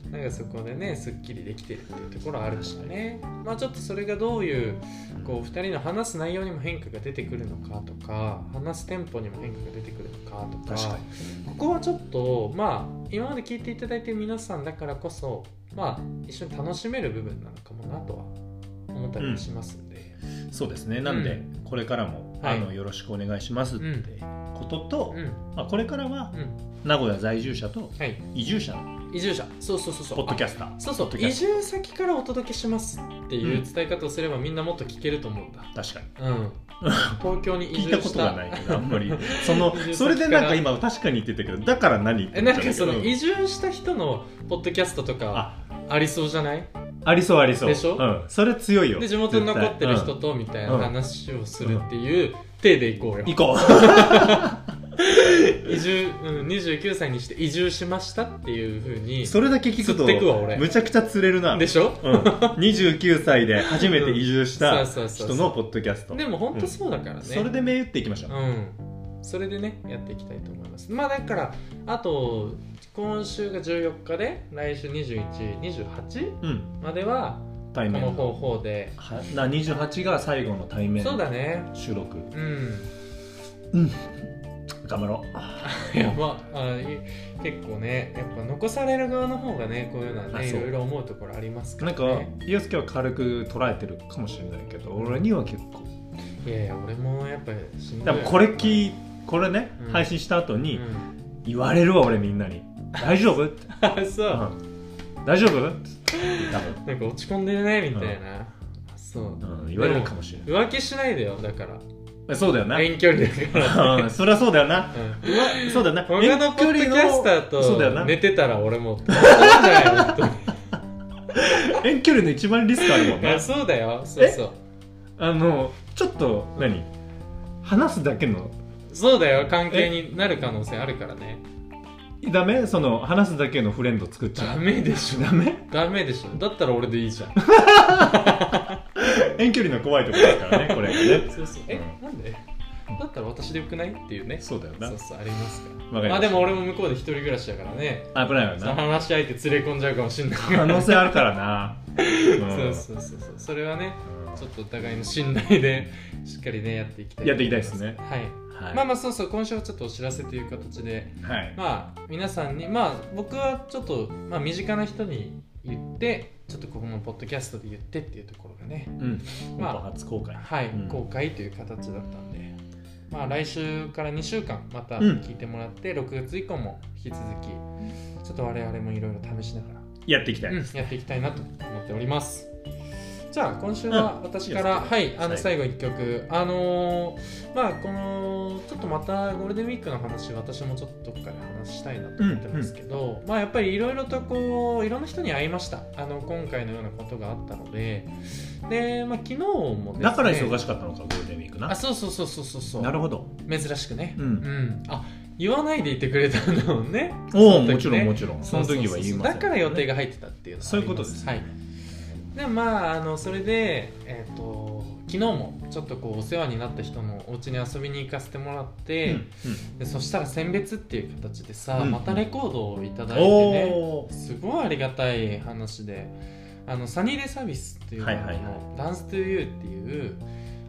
うなんかそこでねすっきりできてるっていうところはあるからねまあちょっとそれがどういう
うん
こう2人の話す内容にも変化が出てくるのかとか話すテンポにも変化が出てくるのかとか
確か
ここはちょっとまあ今まで聞いていただいてる皆さんだからこそまあ一緒に楽しめる部分なのかもなとは思ったりもしますんで、
そうですねなんで、
う
これからも、
はい
あのよろしくお願いしますってことと、
うん
まあ、これからは
うん
名古屋在住者と
はい
移住者の
移住者そうそうそうそう
ポッドキャスター
あそうそう
ポッドキャ
移
ス
住先からお届けしますっていううん伝え方をすればみんなもっと聞けると思うんだ
確かに *laughs*
うん東京に移
聞いた
住
こ
し
と
た
がないけ
*laughs*
どあんまりそ
移
の
住先
それでなんか今確かに言ってたけどだから何って
え
思
な
っ
ん
た
かその
うん
移住した人のポッドキャストとか
あ
ありそうじゃない
ありそうありそう
でしょ
うん、それ強いよ
で地元に残ってる人
絶
とみたいな話をするっていう体でいこうよ
対うん行こ
移住、うん、29歳にして移住しましたっていうふう
う
*laughs* に
それだけ聞く
釣ってくわ
と
俺
むちゃくちゃ釣れるな
でしょ
うん、29歳で初めて移住した
そうそうそ
人
う
のポッドキャスト
でも本当そうだからね、
それで銘打っていきましょう、
うん、それでねやっていきたいと思いますまあだからあと今週が14日で来週2128
うん、
までは
対
こ
面
の
の
方法で
はな28が最後の対面
そうだね
収録
うん
頑張ろう
いやまああい結構ねやっぱ残される側の方がねこういうのは
あ
ねい
そう
ろいろ思うところありますか
な
ら、
ん
ね、
かユースケは軽く捉えてるかもしれないけど俺には結構
いやいや俺もやっぱりしんどい
でもこれ聞いこれね、
うん
配信した後に
うん
*laughs* 言われるわ俺みんなに「大丈夫?」って
あそう
「大丈夫?」って多
なんか落ち込んでるねみたいな、あそう
分、うん、言われるかもしれない
浮気しないでよだから
えそうだよな、
遠距離だ
*laughs*
から、
うんそりゃそうだよな
うん
そうだよな
他のポッドキャスター
そうだよ
と
な
寝てたら俺
*laughs*
もそうじゃない本当に
遠距離の一番リスクあるもん
いや
ね
そうだよそうそう
あのちょっと何話すだけの
そうだよ関係になる可能性あるからね
ダメその話すだけのフレンド作っちゃ
ダ
う
メでしょ
ダメ
ダメでしょだったら俺でいいじゃん
遠距離の怖いところだからねこれがね
そうそうえ
う
なんでだったら私でよくないっていうねそ
そうだよな
うそうありますから
わかり
まあ
ました
でも俺も向こうで一人暮らしだからね
危ないよ
その
な
話し相手連れ込んじゃうかもしんない
可能性あるか
*laughs*
らな、
そううんそうそうそうそれはね
うん
ちょっとお互いの信頼で *laughs* しっかりねやっていきたい
やっていきたいですね
はい
はい、
まあまあそうそう今週はちょっとお知らせという形で
はい、
まあ皆さんにまあ僕はちょっと、まあ、身近な人に言ってちょっとここのポッドキャストで言ってっていうところがね
うん、
まあ
本当初公開、
はい、
うん
公開という形だったんでまあ来週から2週間また
うん
聞いてもらって、6月以降も引き続きちょっと我々もいろいろ試しながら
やっていきたい
うん
です、
やっていきたいなと思っておりますじゃあ今週は
うん
私から、
いいです
は
ね
いあの最
最
後1曲あのーまあこのちょっとまたゴールデンウィークの話私もちょっとどっかで話したいなと思ってますけど、まあやっぱりいろいろとこういろんな人に会いましたあの今回のようなことがあったのでで、まあ、昨日もですね
だから忙しかったのかゴールデンウィークな
あそうそうそうそうそうそう
なるほど
珍しくね
うん
あ言わないでいてくれたんだもんね
おお、
その時ね
もちろんもちろんその時は言いませ
だ
ん
から予定が入ってたっていうのはあ
そう
り
いう
ま
ことです、
はいでまああのそれで、えー、と昨日もちょっとこうお世話になった人のお家に遊びに行かせてもらっ
うん
て、でそしたら選別っていう形でさ、
うん
またレコードをいた
う
だ
ん、
いてね
おお
すごいありがたい話であのサニーデイサービスっていうのの、
はいはいは
ダンストゥユーっていう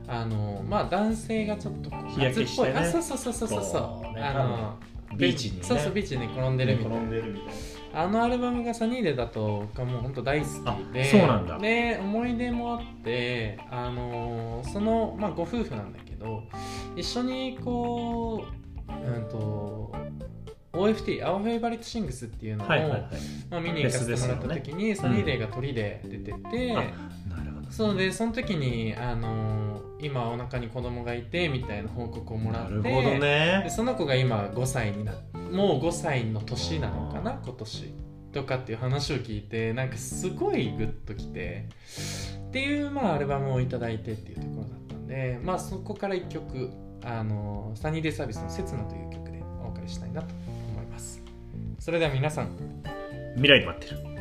あのまあ男性がちょっとこう
日焼けしてね
夏っぽいあそうそうそうそうそう
こうね
あの
ビーチにね
そうそうビーチに転んでるみたいな、
でるみたいな
あのアルバムがサニーデだと僕はもう本当大好きで
あそうなんだ
で思い出もあって、あのーその、まあ、ご夫婦なんだけど一緒にこう、うん、と OFT「青フェイバリットシングス」っていうのを、
はいはいはい
まあ、見に行かせてもらった時に、サニーデが鳥で出てて、
なるほど
そうでその時に、あのー今お腹に子供がいてみたいな報告をもら
な
って
るほど
で
ね
その子が今5歳になもう5歳の年なのかな今年とかっていう話を聞いてなんかすごいグッときてっていう、まあ、アルバムを頂いただいてっていうところだったんで、まあ、そこから1曲あのサニーデイサービスの「刹那」という曲でお別れしたいなと思いますそれでは皆さん
未来に待ってる